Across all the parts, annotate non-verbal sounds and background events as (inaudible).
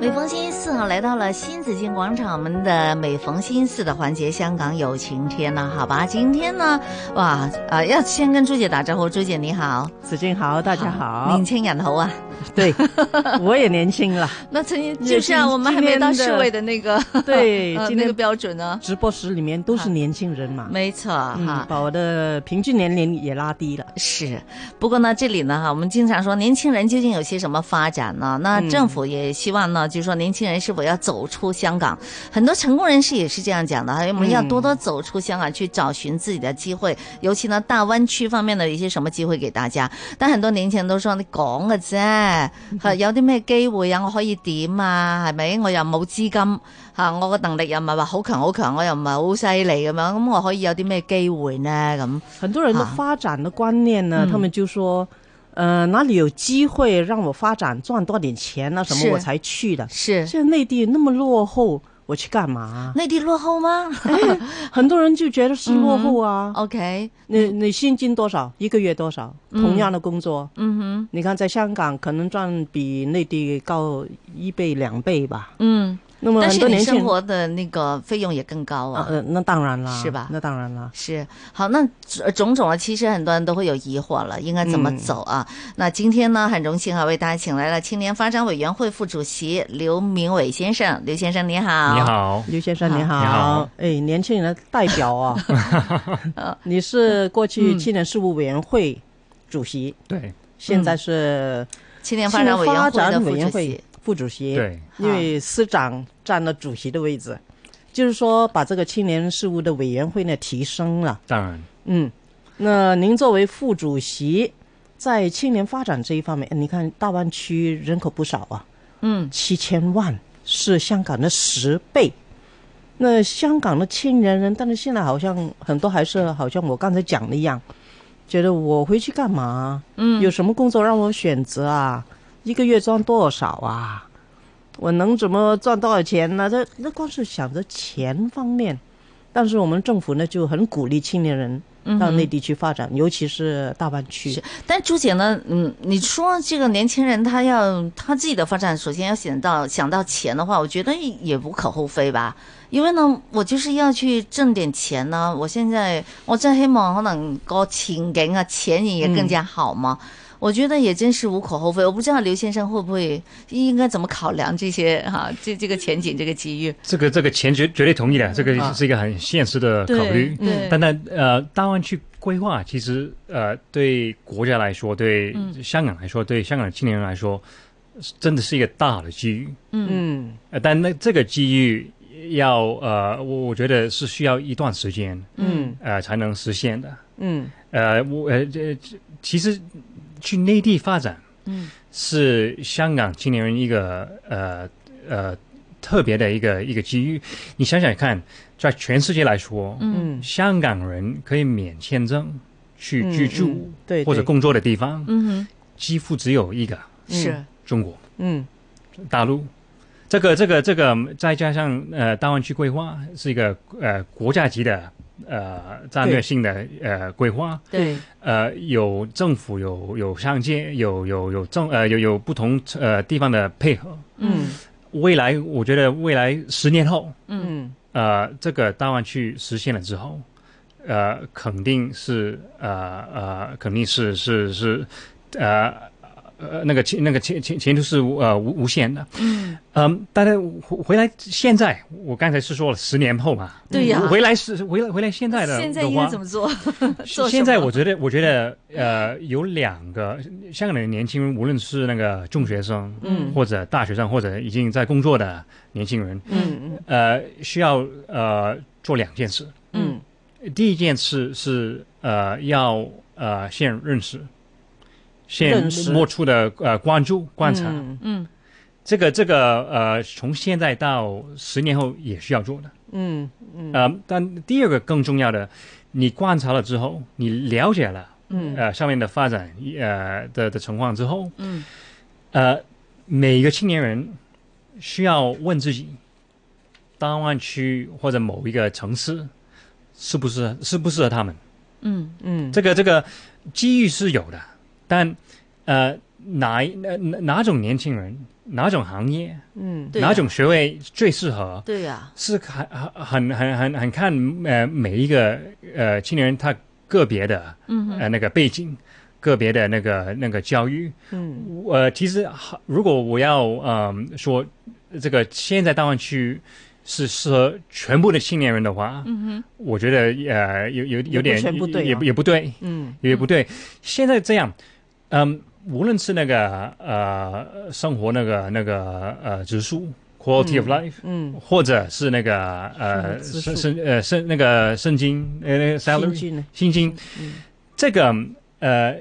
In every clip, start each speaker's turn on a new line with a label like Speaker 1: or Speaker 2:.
Speaker 1: 每逢星期四哈，来到了新紫金广场，我们的每逢星期四的环节，香港有晴天了，好吧？今天呢，哇，啊，要先跟朱姐打招呼，朱姐你好，
Speaker 2: 子敬好，大家好 (laughs)
Speaker 1: 年。轻人好啊。
Speaker 2: 对，我也年轻了。 (laughs)
Speaker 1: 那曾经
Speaker 2: 也
Speaker 1: 就是啊，
Speaker 2: 今
Speaker 1: 我们还没有到
Speaker 2: 今天
Speaker 1: 世
Speaker 2: 的
Speaker 1: 卫的那个 (laughs)
Speaker 2: 对
Speaker 1: 呃
Speaker 2: 今
Speaker 1: 那
Speaker 2: 天
Speaker 1: 个标准呢。
Speaker 2: 直播室里面都是年轻人嘛，
Speaker 1: 没错
Speaker 2: 嗯
Speaker 1: 哈，，
Speaker 2: 把我的平均年龄也拉低了。
Speaker 1: 是，不过呢，这里呢哈，我们经常说年轻人究竟有些什么发展呢？那政府也希望呢，就是说年轻人是否要走出香港？很多成功人士也是这样讲的，我们要多多走出香港去找寻自己的机会，尤其呢大湾区方面的一些什么机会给大家。但很多年輕人都說你講嘅啫，係有啲咩機會啊？我可以點啊？係咪？我又冇資金嚇，我個能力又唔係話好強好強，我又唔係好犀利咁樣，咁我可以有啲咩機會呢？咁
Speaker 2: 很多人的
Speaker 1: 啊
Speaker 2: 发展的观念呢，
Speaker 1: 嗯
Speaker 2: 他们就说，呃，哪里有机会让我发展赚多点钱啊，什
Speaker 1: 是
Speaker 2: 么我才去的。
Speaker 1: 是
Speaker 2: 现在内地那么落后，我去干嘛 (laughs) 啊？
Speaker 1: 內地落後嗎
Speaker 2: 很多人就觉得是落后
Speaker 1: 嗯
Speaker 2: 啊。
Speaker 1: (laughs) ？OK，
Speaker 2: 你你薪金多少？一个月多少？同样的工作，
Speaker 1: 嗯哼，
Speaker 2: 你看在香港可能赚比内地高一倍两倍吧。
Speaker 1: 嗯，
Speaker 2: 那么
Speaker 1: 但
Speaker 2: 很
Speaker 1: 是
Speaker 2: 多
Speaker 1: 你
Speaker 2: 年轻
Speaker 1: 生
Speaker 2: 人
Speaker 1: 活的那個費用也更高
Speaker 2: 啊
Speaker 1: 啊，。
Speaker 2: 呃，那当然啦，
Speaker 1: 是吧
Speaker 2: 那当然啦。
Speaker 1: 是好，那呃种种啊，其实很多人都会有疑惑了，应该怎么走啊？
Speaker 2: 嗯
Speaker 1: 那今天呢，很荣幸啊，为大家请来了青年发展委员会副主席刘明伟先生，刘先生你好，
Speaker 3: 你，好，
Speaker 2: 刘先生
Speaker 1: 好
Speaker 2: 你好，
Speaker 3: 你好
Speaker 2: 哎，年轻人的代表
Speaker 3: (laughs)
Speaker 2: 啊，
Speaker 1: 呃
Speaker 2: 你是过去
Speaker 1: 嗯
Speaker 2: 青年事务委员会主席，
Speaker 3: 对
Speaker 2: 现在是
Speaker 1: 青嗯年发展委员
Speaker 2: 发
Speaker 1: 会的
Speaker 2: 展
Speaker 1: 副
Speaker 2: 委员
Speaker 1: 主
Speaker 2: 会
Speaker 1: 席，
Speaker 2: 副主席，，
Speaker 3: 对，
Speaker 2: 因为司长占了主席的位置，就是说把这个青年事务的委员会呢提升了。
Speaker 3: 当然，
Speaker 2: 嗯，那您作为副主席，在青年发展这一方面，你看大湾区人口不少啊，
Speaker 1: 嗯，
Speaker 2: 七千万是香港的十倍。那香港的青年人，但是现在好像很多还是好像我刚才讲的一样，觉得我回去干嘛？嗯，有什么工作让我选择啊？一个月赚多少啊？我能怎么赚多少钱呢？这那光是想着钱方面，但是我们政府呢就很鼓励青年人到内地去发展，尤其嗯是大湾区
Speaker 1: 是。但朱姐呢，嗯，你说这个年轻人他要他自己的发展，首先要想到想到钱的话，我觉得也无可厚非吧。因為呢，我就是要去掙點錢啦、我現在我真希望可能個前景啊、前景也更加好嘛。我覺得也真是無可厚非。我不知道劉先生會不會應該怎麼考量這些哈、这这個前景、這個机遇。
Speaker 3: 这个这个钱绝绝对同意的，这
Speaker 2: 啊
Speaker 3: 个是一个很现实的呃考
Speaker 1: 对
Speaker 3: 虑。
Speaker 1: 嗯
Speaker 3: 嗯但但呃，大湾区规划其实呃，对国家来说，对香港来说，对香港的青年人来说，是真的是一个大的机遇。
Speaker 2: 嗯
Speaker 3: 呃，但那这个机遇要呃，我我觉得是需要一段时间
Speaker 2: 嗯
Speaker 3: 呃才能实现的。
Speaker 2: 嗯
Speaker 3: 呃，我呃这这其实去内地发展，
Speaker 1: 嗯，
Speaker 3: 是香港青年人一个呃呃特别的一个一个机遇。你想想看，在全世界来说，
Speaker 2: 嗯，
Speaker 3: 香港人可以免签证去居住、
Speaker 2: 嗯嗯对
Speaker 3: 或者
Speaker 2: 对
Speaker 3: 工作的地方，
Speaker 1: 嗯
Speaker 3: 几乎只有一个
Speaker 1: 哼，是
Speaker 3: 中国
Speaker 2: 嗯
Speaker 3: 大陆。这个这个这个，再加上呃，大湾区规划是一个呃国家级的呃战略
Speaker 2: 对
Speaker 3: 性的呃规划，
Speaker 1: 对，
Speaker 3: 呃，有政府，有有商界，有有有政呃有有不同呃地方的配合。
Speaker 2: 嗯
Speaker 3: 未来，我觉得未来十年后，
Speaker 2: 嗯
Speaker 3: 呃，这个大湾区实现了之后，呃，肯定是呃呃，肯定是是是呃呃那个前那个前前前途是呃无无限的。
Speaker 1: 嗯，
Speaker 3: 嗯，但是回回来现在，我刚才是说了十年后嘛，
Speaker 1: 对呀
Speaker 3: 回来是回来回来现在的
Speaker 1: 現在
Speaker 3: 的
Speaker 1: 應
Speaker 3: 话
Speaker 1: 該怎麼做？做什么
Speaker 3: 现在我觉得，我觉得呃，有两个香港的年轻人，无论是那个中学生，
Speaker 2: 嗯
Speaker 3: 或者大学生，或者已经在工作的年轻人，
Speaker 2: 嗯
Speaker 3: 呃，需要呃做两件事。
Speaker 2: 嗯
Speaker 3: 第一件事是呃要呃先认识，
Speaker 2: 认
Speaker 3: 先
Speaker 2: 识
Speaker 3: 摸出的呃关注观察，
Speaker 2: 嗯
Speaker 1: 嗯
Speaker 3: 这个这个呃，从现在到十年后也需要做的。
Speaker 2: 嗯嗯
Speaker 3: 呃，但第二个更重要的，你观察了之后，你了解了，
Speaker 2: 嗯
Speaker 3: 呃，上面的发展呃的的情况之后，
Speaker 1: 嗯
Speaker 3: 呃，每个青年人需要问自己，大湾区或者某一个城市适不适合适不适合他们？
Speaker 1: 嗯
Speaker 2: 嗯，
Speaker 3: 这个这个机遇是有的，但呃，哪一哪哪哪种年轻人，哪种行业，
Speaker 2: 嗯
Speaker 1: 对啊
Speaker 3: 哪种学位最适合？
Speaker 1: 对啊呀、
Speaker 3: 是很很很很很看呃每一个呃青年人他个别的
Speaker 1: 嗯
Speaker 3: 呃那个背景，个别的那个那个教育。
Speaker 2: 嗯
Speaker 3: 呃，其实好如果我要嗯、说这个现在大湾区是适合全部的青年人的话，
Speaker 1: 嗯
Speaker 3: 我觉得呃有有有
Speaker 2: 也
Speaker 3: 点
Speaker 2: 不全不对啊
Speaker 3: 也也不对，
Speaker 2: 嗯
Speaker 3: 也不对。现在这样，嗯，无论是那个呃生活那个那个呃指数 quality of life，、
Speaker 2: 嗯，
Speaker 3: 或者是那个呃
Speaker 2: 指
Speaker 3: 生
Speaker 2: 数
Speaker 3: 生呃生那个生金呃那个 salary
Speaker 2: 进呢？
Speaker 3: 薪金，
Speaker 2: 嗯
Speaker 3: 这个呃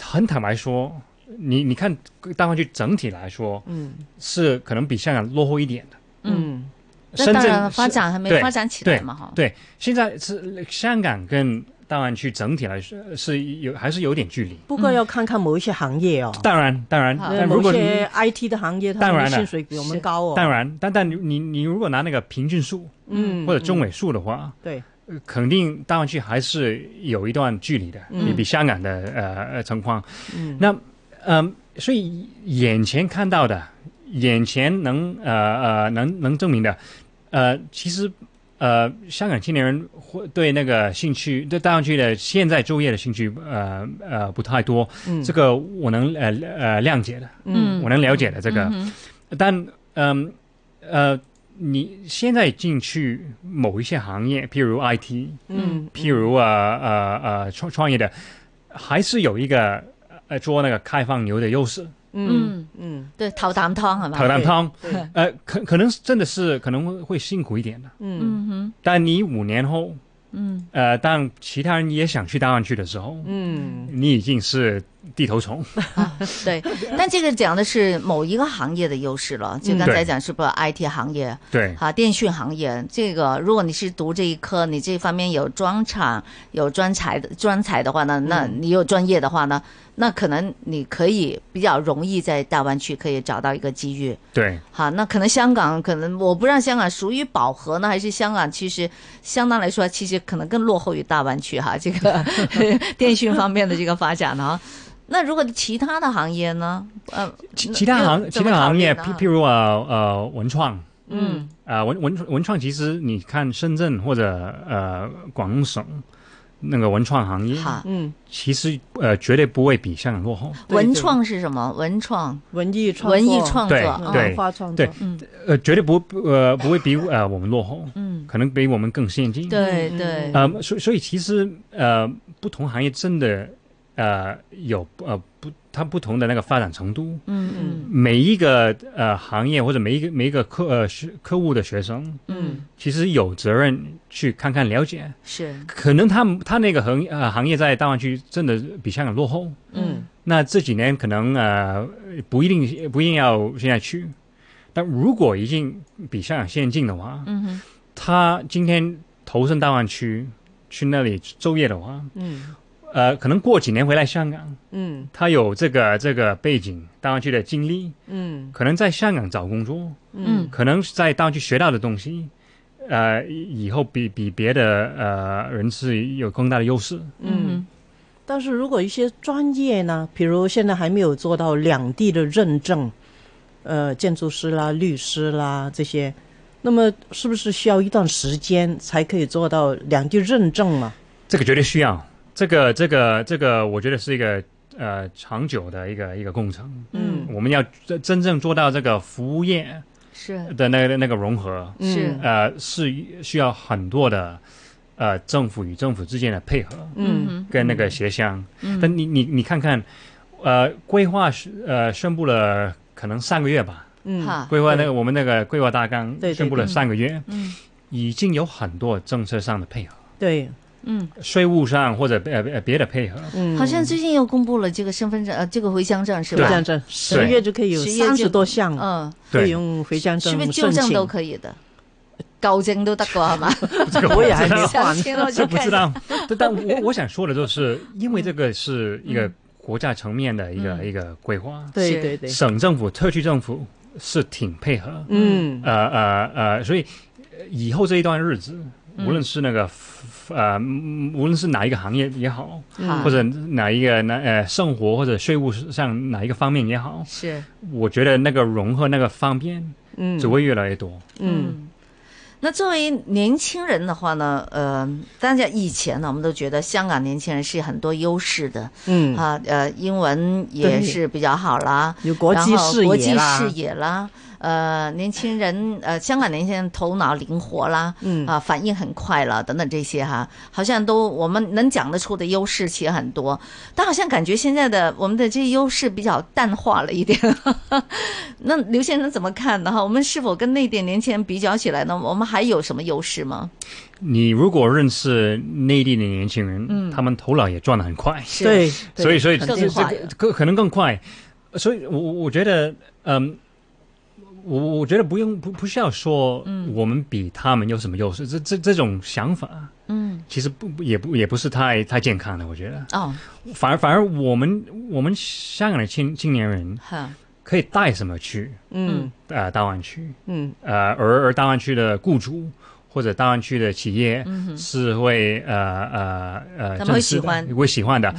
Speaker 3: 很坦白说，你你看大湾区整体来说
Speaker 2: 嗯
Speaker 3: 是可能比香港落后一点的。
Speaker 2: 嗯
Speaker 1: 那
Speaker 3: 深
Speaker 1: 当然了
Speaker 3: 圳
Speaker 1: 发
Speaker 3: 是
Speaker 1: 展还没
Speaker 3: 对
Speaker 1: 发展起来
Speaker 3: 对
Speaker 1: 嘛哈。
Speaker 3: 对，现在是香港跟大湾区整体来说是有还是有点距离。
Speaker 2: 不过要看看某一些行业哦，
Speaker 3: 当然，当然，
Speaker 1: 好
Speaker 2: 呃
Speaker 3: 但如
Speaker 2: 某
Speaker 3: 果
Speaker 2: 一
Speaker 3: 你
Speaker 2: 些 IT 的行业，他
Speaker 3: 当
Speaker 2: 们的
Speaker 3: 然了啊
Speaker 2: 薪水比我们高哦。
Speaker 3: 当，然，但但你你你如果拿那个平均数
Speaker 2: 嗯，
Speaker 3: 或者中
Speaker 2: 嗯
Speaker 3: 尾数的话，
Speaker 2: 对，
Speaker 3: 呃肯定大湾区还是有一段距离的，
Speaker 2: 嗯
Speaker 3: 比比香港的呃呃情况。
Speaker 2: 嗯
Speaker 3: 那嗯、所以眼前看到的，眼前能呃呃能能证明的，呃，其实呃香港青年人会对那个兴趣，对大湾区的现在就业的兴趣，呃呃不太多，
Speaker 2: 嗯
Speaker 3: 这个我能呃呃谅解的，
Speaker 1: 嗯，
Speaker 3: 我能了解的这个。
Speaker 1: 嗯哼
Speaker 3: 但嗯呃你现在进去某一些行业，譬如 IT，
Speaker 2: 嗯
Speaker 3: 譬如啊呃呃创创业的，还是有一个呃做那个开放牛的优势。
Speaker 2: 嗯嗯
Speaker 1: 对，头啖汤系嘛
Speaker 3: 头？啖汤，
Speaker 2: 对对
Speaker 3: 呃，可可能是真的是可能会会辛苦一点的。
Speaker 2: 嗯
Speaker 1: 嗯哼，
Speaker 3: 但你五年后，
Speaker 1: 嗯，
Speaker 3: 呃，当其他人也想去大湾区的时候，
Speaker 2: 嗯
Speaker 3: 你已经是地
Speaker 1: (laughs)
Speaker 3: 头虫。
Speaker 1: 对。但这个讲的是某一个行业的优势了，就
Speaker 2: 嗯
Speaker 1: 刚才
Speaker 3: 对
Speaker 1: 讲是不是 IT 行业？
Speaker 3: 对，
Speaker 1: 好，电讯行业这个，如果你是读这一科，你这方面有专长、有专才的专才的话
Speaker 2: 嗯
Speaker 1: 呢，那你有专业的话呢，那可能你可以比较容易在大湾区可以找到一个机遇。
Speaker 3: 对，
Speaker 1: 好，那可能香港可能我不让香港属于饱和呢，还是香港其实相当来说，其实可能更落后于大湾区哈，这
Speaker 2: (laughs)
Speaker 1: 个电讯方面的这个发展呢、啊。那如果其他的行业呢？呃，
Speaker 3: 其
Speaker 1: 那
Speaker 3: 其他行
Speaker 1: 又
Speaker 3: 其
Speaker 1: 怎么
Speaker 3: 他行业，
Speaker 1: 考虑
Speaker 3: 譬
Speaker 1: 呢
Speaker 3: 譬如啊呃文创
Speaker 1: 嗯
Speaker 3: 啊、呃文文文创，其实你看深圳或者呃广东省那个文创行业，
Speaker 1: 好，
Speaker 2: 嗯，
Speaker 3: 其实呃绝对不会比香港落后。
Speaker 2: 对
Speaker 1: 文
Speaker 2: 对
Speaker 1: 创是什么？文创、
Speaker 2: 文艺创
Speaker 1: 文艺
Speaker 2: 作
Speaker 1: 创作
Speaker 3: 对
Speaker 1: 啊，
Speaker 3: 对
Speaker 2: 文化创作
Speaker 3: 对，呃，绝对不不呃不会比呃我们落后，
Speaker 1: 嗯，
Speaker 3: 可能比我们更先进。
Speaker 1: 对
Speaker 2: 嗯
Speaker 1: 对，
Speaker 3: 呃，所以所以其实呃，不同行业真的呃有呃不它不同的那个发展程度，
Speaker 1: 嗯嗯
Speaker 3: 每一个呃行业或者每一个每一个客呃学客户的学生，
Speaker 1: 嗯，
Speaker 3: 其实有责任去看看了解，
Speaker 1: 是，
Speaker 3: 可能他们他那个行呃行业在大湾区真的比香港落后，
Speaker 1: 嗯
Speaker 2: 嗯
Speaker 3: 那这几年可能呃不一定不一定要现在去，但如果已经比香港先进的话，
Speaker 1: 嗯哼，
Speaker 3: 他今天投身大湾区去那里就业的话，
Speaker 2: 嗯
Speaker 3: 呃，可能过几年回来香港，
Speaker 2: 嗯
Speaker 3: 他有这个这个背景，大湾区的经历，
Speaker 2: 嗯
Speaker 3: 可能在香港找工作，
Speaker 1: 嗯
Speaker 3: 可能在大湾区学到的东西，呃，以以后比比别的呃人是有更大的优势。
Speaker 2: 嗯。但是如果一些专业呢，比如现在还没有做到两地的认证，呃，建筑师啦、律师啦这些，那么是不是需要一段时间才可以做到两地认证嘛？
Speaker 3: 这个绝对需要，这个这个这个，我觉得是一个呃长久的一个一个工程。
Speaker 1: 嗯
Speaker 3: 我们要真真正做到这个服务业
Speaker 1: 是
Speaker 3: 的那个那个融合，
Speaker 1: 是
Speaker 2: 嗯
Speaker 3: 呃，是需要很多的呃政府与政府之间的配合
Speaker 2: 嗯
Speaker 1: 嗯
Speaker 3: 跟那个协商。
Speaker 1: 嗯
Speaker 3: 但你你你看看，呃，规划是呃宣布了可能上个月吧，
Speaker 2: 嗯，
Speaker 1: 哈
Speaker 3: 规划那个我们那个规划大纲
Speaker 2: 对对
Speaker 3: 宣布了
Speaker 1: 啊对
Speaker 3: 上个月，
Speaker 1: 嗯
Speaker 3: 已经有很多政策上的配合。
Speaker 2: 对，
Speaker 3: 嗯，税务上或者呃呃别的配合，
Speaker 2: 嗯
Speaker 1: 好像最近又公布了这个身份证，呃，这个回乡证是
Speaker 2: 回
Speaker 1: 吧
Speaker 2: 乡？证十月就可以有
Speaker 1: 十月就
Speaker 2: 三十多项
Speaker 1: 嗯，
Speaker 2: 可以
Speaker 3: 对，
Speaker 2: 用回乡证
Speaker 1: 是不是
Speaker 2: 申
Speaker 1: 旧证
Speaker 2: 请
Speaker 1: 都可以的？旧证都得过系
Speaker 2: (laughs)
Speaker 1: 嘛？
Speaker 3: 这个
Speaker 2: 我也
Speaker 3: 不知
Speaker 2: 还
Speaker 3: (laughs)
Speaker 2: 没
Speaker 3: 道
Speaker 1: 想
Speaker 2: 换
Speaker 1: 起了我就
Speaker 3: 不
Speaker 1: 开
Speaker 3: 知
Speaker 1: 始
Speaker 3: 道， (laughs) 但但我我想说的就是，因为这个是一个国家层面的一个、一个规划，
Speaker 1: 是
Speaker 2: 对对对，
Speaker 3: 省政府、特区政府是挺配合，
Speaker 2: 嗯，
Speaker 3: 呃呃呃，所以呃以后这一段日子，
Speaker 2: 嗯
Speaker 3: 无论是那个、呃，嗯无论是哪一个行业也好，
Speaker 2: 啊
Speaker 1: 好
Speaker 3: 或者哪一个哪呃生活或者税务上哪一个方面也好，
Speaker 1: 是，
Speaker 3: 我觉得那个融合那个方面，嗯，只会越来越多。
Speaker 1: 嗯。那作为年轻人的话呢，呃，大家以前呢，我们都觉得香港年轻人是很多优势的，
Speaker 2: 嗯
Speaker 1: 啊，呃，英文也
Speaker 2: 对
Speaker 1: 是比较好啦，
Speaker 2: 有国
Speaker 1: 然
Speaker 2: 际
Speaker 1: 后
Speaker 2: 视
Speaker 1: 国
Speaker 2: 野
Speaker 1: 际
Speaker 2: 啦
Speaker 1: 视，野啦，呃，年轻人，呃，香港年轻人头脑灵活啦，嗯啊，反应很快了，等等这些哈，好像都我们能讲得出的优势其实很多，但好像感觉现在的我们的这些优势比较淡化了一点。 (laughs) 那刘先生怎么看呢？哈，我们是否跟那点年轻人比较起来呢？我们还有什么优势吗？
Speaker 3: 你如果认识内地的年轻人，
Speaker 2: 嗯
Speaker 3: 他们头脑也转得很快，
Speaker 1: 是
Speaker 2: 对，
Speaker 3: 所以所以
Speaker 1: 肯
Speaker 3: 这
Speaker 1: 定
Speaker 3: 这
Speaker 1: 快
Speaker 3: 个可可能更快，所以我我我觉得，嗯，我我我觉得不用不不需要说我们比他们有什么优势，这这这种想法，
Speaker 1: 嗯，
Speaker 3: 其实不不也不也不是太太健康的，我觉得，
Speaker 1: 哦，
Speaker 3: 反而反而我们我们香港的青青年人
Speaker 1: 哈，
Speaker 3: 可以带什么去
Speaker 2: 嗯
Speaker 3: 呃大湾区，
Speaker 2: 嗯
Speaker 3: 呃，而而大湾区的雇主或者大湾区的企业是会、呃呃呃，
Speaker 1: 嗯他们会
Speaker 3: 正式的
Speaker 1: 喜欢嗯
Speaker 3: 会喜欢的。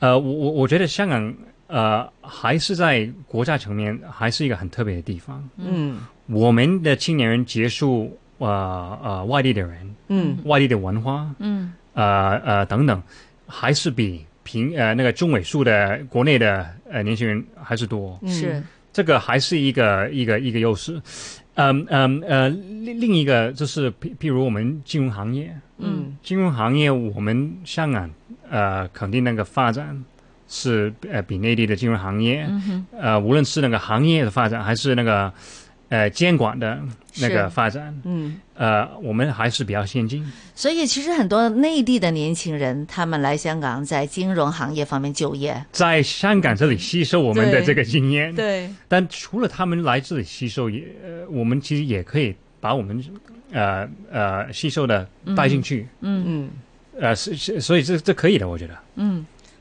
Speaker 3: 呃，我我我觉得香港呃还是在国家层面还是一个很特别的地方。
Speaker 2: 嗯
Speaker 3: 我们的青年人接触呃呃外地的人、
Speaker 2: 嗯
Speaker 3: 外地的文化，
Speaker 1: 嗯，
Speaker 3: 呃呃等等，还是比平呃那个中尾数的国内的呃年轻人还是多。
Speaker 1: 是，
Speaker 3: 这个还是一个一个一个优势。嗯嗯呃，另另一个就是，譬譬如我们金融行业，
Speaker 1: 嗯
Speaker 3: 金融行业我们香港呃，肯定那个发展是呃比内地的金融行业，
Speaker 1: 嗯哼，
Speaker 3: 呃，无论是那个行业的发展，还是那个呃监管的那
Speaker 1: 是
Speaker 3: 个发展，
Speaker 2: 嗯
Speaker 3: 呃，我们还是比较先进。
Speaker 1: 所以其实很多内地的年轻人，他们来香港在金融行业方面就业，
Speaker 3: 在香港这里吸收我们的
Speaker 1: 对
Speaker 3: 这个经验，
Speaker 1: 对，
Speaker 3: 但除了他们来这里吸收也，呃，我们其实也可以把我们呃呃吸收的带进去，
Speaker 2: 嗯
Speaker 3: 呃，是是，所以这这可以的，我觉得。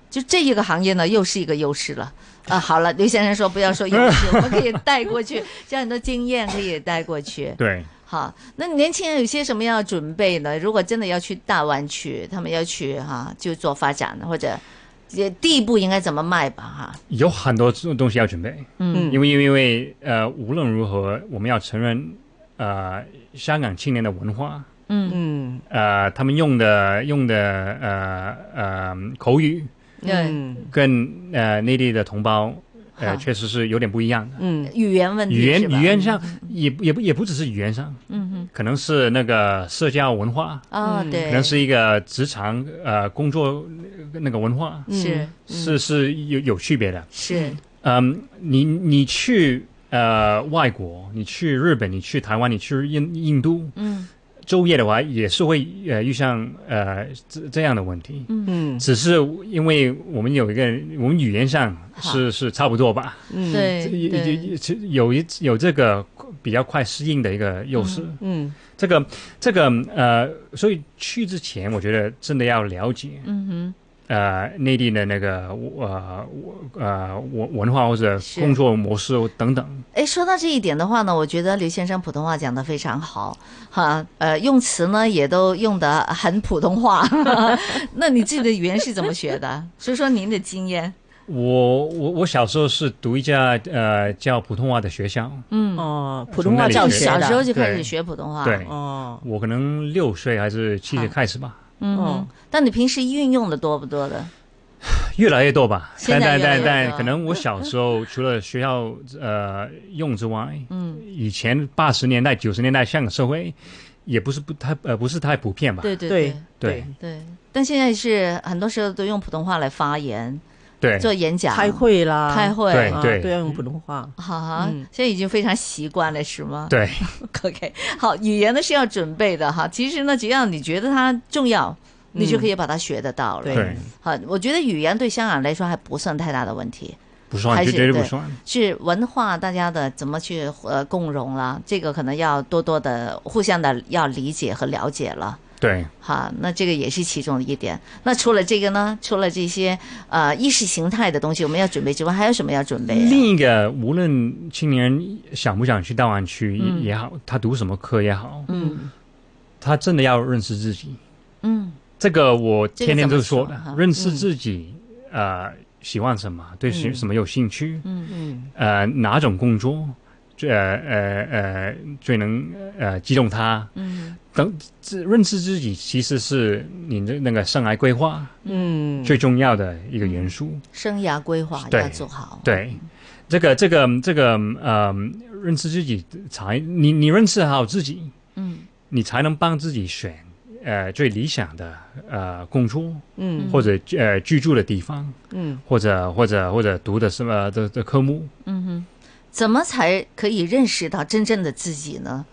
Speaker 1: 就这一个行业呢，又是一个优势了。啊，好了，刘先生说不要说优
Speaker 3: (laughs)
Speaker 1: 势，我们可以带过去，这样很多经验可以带过去。
Speaker 3: 对，
Speaker 1: 好，那年轻人有些什么要准备呢？如果真的要去大湾区，他们要去哈、就做发展或者也第一步应该怎么迈吧哈、
Speaker 3: 有很多这种东西要准备，
Speaker 2: 嗯
Speaker 3: 因为因为因为呃，无论如何，我们要承认，呃，香港青年的文化，
Speaker 1: 嗯，
Speaker 2: 嗯
Speaker 3: 呃，他们用的用的呃呃口语
Speaker 1: 对，
Speaker 2: 嗯
Speaker 3: 跟呃内地的同胞，呃，
Speaker 1: 哈
Speaker 3: 确实是有点不一样的。
Speaker 2: 嗯
Speaker 1: 语言问题
Speaker 3: 语言
Speaker 1: 是吧
Speaker 3: 语言上也也不也不只是语言上，
Speaker 1: 嗯哼，
Speaker 3: 可能是那个社交文化，
Speaker 1: 啊、
Speaker 2: 嗯
Speaker 1: 对，
Speaker 3: 可能是一个职场呃工作呃那个文化，
Speaker 1: 是
Speaker 3: 是是有有区别的。
Speaker 1: 是
Speaker 3: 嗯，你你去呃外国，你去日本，你去台湾，你去印印度，
Speaker 1: 嗯
Speaker 3: 昼夜的话也是会呃遇上呃这这样的问题。
Speaker 2: 嗯
Speaker 3: 只是因为我们有一个，我们语言上是是差不多吧，
Speaker 2: 嗯
Speaker 1: 对
Speaker 3: 有
Speaker 1: 对
Speaker 3: 有有一有这个比较快适应的一个优势。
Speaker 2: 嗯
Speaker 3: 这个这个呃，所以去之前，我觉得真的要了解，嗯哼，呃，内地的那个呃呃文文化或者
Speaker 1: 是
Speaker 3: 工作模式等等，
Speaker 1: 哎，说到这一点的话呢，我觉得刘先生普通话讲得非常好，哈，呃，用词呢也都用得很普通话。 (laughs) 那你自己的语言是怎么学的？说说您的经验。
Speaker 3: 我我我小时候是读一家呃叫普通话的学校，
Speaker 2: 哦，普通话
Speaker 3: 从
Speaker 2: 教
Speaker 3: 那里
Speaker 1: 嗯
Speaker 2: 学
Speaker 3: 学
Speaker 1: 小时候
Speaker 2: 的
Speaker 1: 就开始
Speaker 3: 对
Speaker 1: 学普通话，
Speaker 3: 对
Speaker 2: 哦
Speaker 3: 我可能六岁还是七岁
Speaker 1: 好
Speaker 3: 开始吧，
Speaker 1: 嗯哼
Speaker 2: 哦，
Speaker 1: 但你平时运用的多不多的？
Speaker 3: 越来越多吧。
Speaker 1: 现在
Speaker 3: 但但
Speaker 1: 越来
Speaker 3: 但
Speaker 1: 越
Speaker 3: 但，
Speaker 1: 多
Speaker 3: 可能我小时候除了学校呃用之外，嗯，以前八十年代九十年代香港社会也不是不太呃不是太普遍吧？
Speaker 1: 对对
Speaker 2: 对
Speaker 1: 对
Speaker 3: 对
Speaker 1: 对，但现在是很多时候都用普通话来发言、
Speaker 3: 对
Speaker 1: 做演讲、
Speaker 2: 开、会啦，
Speaker 1: 开会，
Speaker 3: 对
Speaker 2: 啊都要用普通话，
Speaker 1: 哈哈
Speaker 2: 嗯，
Speaker 1: 现在已经非常习惯了，是吗？
Speaker 3: 对
Speaker 1: (laughs) OK，好，语言呢是要准备的哈。其实呢，只要你觉得它重要，你就可以把它学得到了。
Speaker 3: 嗯对，
Speaker 1: 好，我觉得语言对香港来说还不算太大的问题。
Speaker 3: 不算，
Speaker 1: 还是
Speaker 3: 绝对不
Speaker 1: 对
Speaker 3: 算。
Speaker 1: 是文化大家的怎么去呃共融啦，这个可能要多多的互相的要理解和了解了。
Speaker 3: 对，
Speaker 1: 哈，那这个也是其中的一点。那除了这个呢？除了这些呃意识形态的东西我们要准备之外，还有什么要准备、啊？
Speaker 3: 另一个，无论青年人想不想去大湾区也好，他读什么科也好，
Speaker 1: 嗯
Speaker 3: 他真的要认识自己。
Speaker 1: 嗯
Speaker 3: 这个我天天都说
Speaker 1: 这个怎么说
Speaker 3: 的
Speaker 1: 哈，
Speaker 3: 认识自己，呃，喜欢什么，对什
Speaker 1: 嗯
Speaker 3: 什么有兴趣，
Speaker 1: 嗯
Speaker 3: 呃，哪种工作，最呃呃呃最能呃激动他。
Speaker 1: 嗯
Speaker 3: 等自认识自己，其实是你的那个生涯规划
Speaker 2: 嗯，
Speaker 3: 最重要的一个元素。
Speaker 1: 生涯规划
Speaker 3: 对
Speaker 1: 要做好。
Speaker 3: 对，这个这个这个呃，认识自己才你你认识好自己，
Speaker 1: 嗯
Speaker 3: 你才能帮自己选呃最理想的呃工作
Speaker 2: 嗯
Speaker 3: 或者呃居住的地方，
Speaker 2: 嗯
Speaker 3: 或者或者或者读的什么的的科目。
Speaker 1: 嗯哼，怎么才可以认识到真正的自己呢？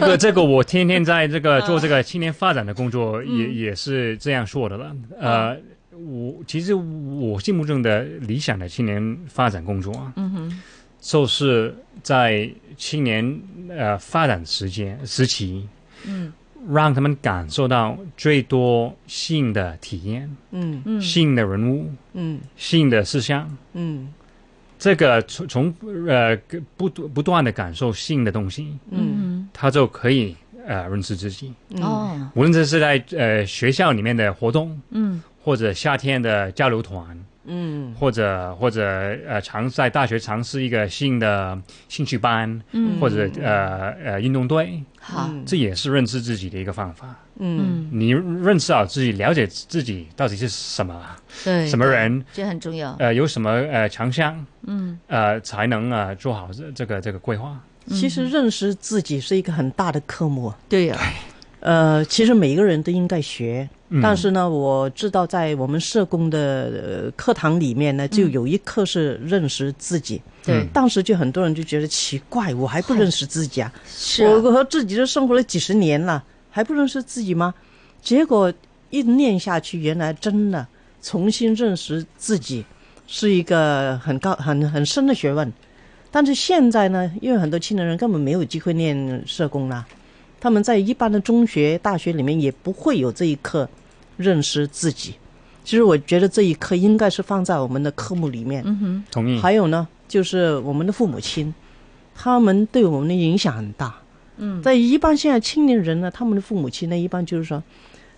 Speaker 1: (laughs)
Speaker 3: 个这个，我天天在这
Speaker 1: 嗯
Speaker 3: 个做这个青年发展的工作，也也是这样说的了。
Speaker 1: 嗯
Speaker 3: 呃，我其实我心目中的理想的青年发展工作啊，
Speaker 1: 嗯哼，
Speaker 3: 就是在青年呃发展时间时期，
Speaker 1: 嗯
Speaker 3: 让他们感受到最多新的体验、
Speaker 2: 嗯
Speaker 1: 嗯
Speaker 3: 新的人物、
Speaker 2: 嗯
Speaker 3: 新的思想。
Speaker 2: 嗯
Speaker 3: 这个从从呃不不断的感受新的东西，
Speaker 2: 嗯
Speaker 1: 嗯
Speaker 3: 他就可以呃认识自己。
Speaker 1: 哼哦
Speaker 3: 无论这是在呃学校里面的活动，
Speaker 1: 嗯
Speaker 3: 或者夏天的交流团，
Speaker 2: 嗯
Speaker 3: 或者或者呃尝在大学尝试一个新的兴趣班，
Speaker 1: 嗯
Speaker 3: 或者呃呃运动队，
Speaker 1: 好
Speaker 3: 这也是认知自己的一个方法。
Speaker 2: 嗯
Speaker 1: 嗯
Speaker 3: 你认识好自己，了解自己到底是什么
Speaker 1: 对
Speaker 3: 什么人，
Speaker 1: 这很重要。
Speaker 3: 呃有什么呃强项，
Speaker 1: 嗯
Speaker 3: 呃才能啊、呃做好这这个这个规划。
Speaker 2: 其实认识自己是一个很大的科目啊，
Speaker 1: 对呀、
Speaker 2: 呃，其实每一个人都应该学，
Speaker 3: 嗯
Speaker 2: 但是呢，我知道在我们社工的呃课堂里面呢，就有一课是认识自己。
Speaker 1: 对
Speaker 3: 嗯
Speaker 2: 当时就很多人就觉得奇怪，我还不认识自己啊！
Speaker 1: 是啊
Speaker 2: 我我和自己都生活了几十年了，还不认识自己吗？结果一念下去，原来真的重新认识自己是一个很高、很很深的学问。但是现在呢，因为很多青年人根本没有机会念社工啦，他们在一般的中学、大学里面也不会有这一课认识自己。其实我觉得这一课应该是放在我们的科目里面。
Speaker 1: 嗯哼，
Speaker 3: 同意。
Speaker 2: 还有呢，就是我们的父母亲，他们对我们的影响很大。
Speaker 1: 嗯
Speaker 2: 在一般现在青年人呢，他们的父母亲呢，一般就是說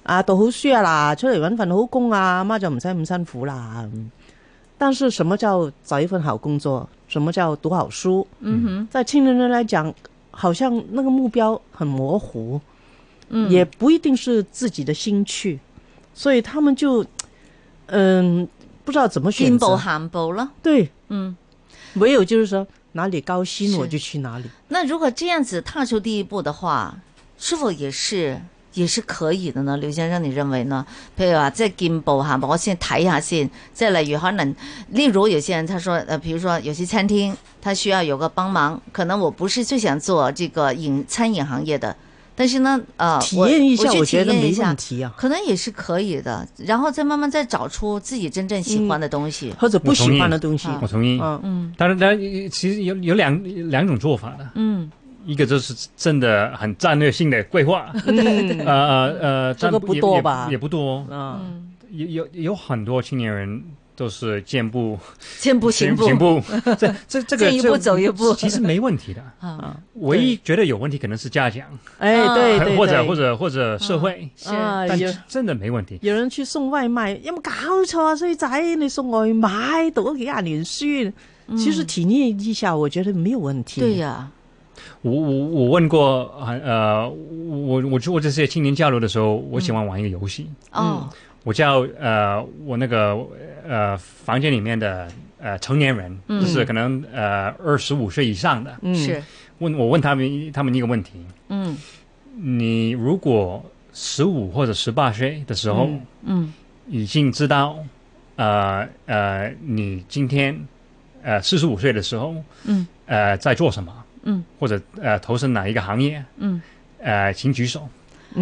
Speaker 2: 啊，讀好書啊嗱，出嚟揾份好工啊，媽就唔使咁辛苦啦。嗯但是什么叫找一份好工作？什么叫读好书？
Speaker 1: 嗯哼，
Speaker 2: 在青年人来讲，好像那个目标很模糊，
Speaker 1: 嗯
Speaker 2: 也不一定是自己的兴趣，所以他们就，嗯，不知道怎么选
Speaker 1: 进步
Speaker 2: 择。
Speaker 1: 含步了。
Speaker 2: 对，
Speaker 1: 嗯，
Speaker 2: 唯有就是说哪里高薪
Speaker 1: 是
Speaker 2: 我就去哪里。
Speaker 1: 那如果这样子踏出第一步的话，是否也是？也是可以的呢，劉先生，你認為呢？譬如話，即係見步行步，我先睇下先。即係例如可能，例如有些人他說，呃，比如說有些餐廳，他需要有個幫忙，可能我不是最想做這個飲餐飲行業的，但是呢，呃，
Speaker 2: 体
Speaker 1: 我
Speaker 2: 验一下，
Speaker 1: 我
Speaker 2: 我
Speaker 1: 去
Speaker 2: 觉得
Speaker 1: 體驗
Speaker 2: 没
Speaker 1: 一下
Speaker 2: 问，题啊，
Speaker 1: 可能也是可以的。然後再慢慢再找出自己真正喜歡的東西。
Speaker 2: 或者不喜欢的东西
Speaker 1: 我。同
Speaker 3: 我同意。
Speaker 2: 嗯
Speaker 1: 嗯
Speaker 3: 当然，当然，其实有有两两种做法的，
Speaker 1: 嗯
Speaker 3: 一个就是真的很战略性的规划，呃呃呃，
Speaker 2: 嗯这
Speaker 3: 但
Speaker 2: 个不多
Speaker 3: 也
Speaker 2: 吧
Speaker 3: 也也不多，
Speaker 2: 嗯
Speaker 1: 嗯，
Speaker 3: 有有有很多青年人都是健步
Speaker 1: 先不行
Speaker 3: 行
Speaker 1: 不
Speaker 3: 行
Speaker 2: (laughs)
Speaker 3: 步，这这这个
Speaker 1: 见一步
Speaker 3: 这
Speaker 1: 走一步
Speaker 3: 其实没问题的。
Speaker 1: 啊，
Speaker 3: 唯一觉得有问题可能是家长，
Speaker 2: 哎，对对，
Speaker 3: 或者或
Speaker 2: 者
Speaker 3: 者或者社会，
Speaker 1: 是
Speaker 2: 啊，
Speaker 3: 但
Speaker 2: 有
Speaker 3: 真的没问题。
Speaker 2: 有人去送外卖，有冇搞错啊？衰仔，你送外卖读咗几廿年书，
Speaker 1: 嗯
Speaker 2: 其实体验一下，我觉得没有问题。
Speaker 1: 对呀，
Speaker 3: 我我我问过，呃，我我做这些青年交流的时候，我喜欢玩一个游戏，
Speaker 1: 哦，
Speaker 3: 我叫呃，我那个呃房间里面的呃成年人，
Speaker 1: 嗯
Speaker 3: 就是可能呃二十五岁以上的，
Speaker 2: 嗯
Speaker 1: 是，
Speaker 3: 问我问他们他们一个问题：
Speaker 1: 嗯
Speaker 3: 你如果十五或者十八岁的时候、
Speaker 2: 嗯
Speaker 1: 嗯
Speaker 3: 已经知道，呃呃，你今天呃四十五岁的时候，
Speaker 1: 嗯
Speaker 3: 呃在做什么，
Speaker 1: 嗯
Speaker 3: 或者呃投身哪一个行业，
Speaker 1: 嗯，
Speaker 3: 呃请举手。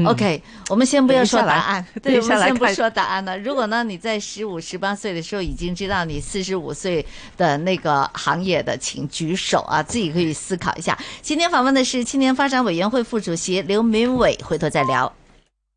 Speaker 1: OK，我们先不要说答案，(laughs)
Speaker 2: 嗯等
Speaker 1: 对，
Speaker 2: 一
Speaker 1: 我
Speaker 2: 下
Speaker 1: 们
Speaker 2: 来
Speaker 1: 先
Speaker 2: 等一下来
Speaker 1: 不
Speaker 2: 看
Speaker 1: 说答案了。如果呢，你在十五、十八岁的时候已经知道你四十五岁的那个行业的，请举手啊，自己可以思考一下。今天访问的是青年发展委员会副主席刘明伟，回头再聊。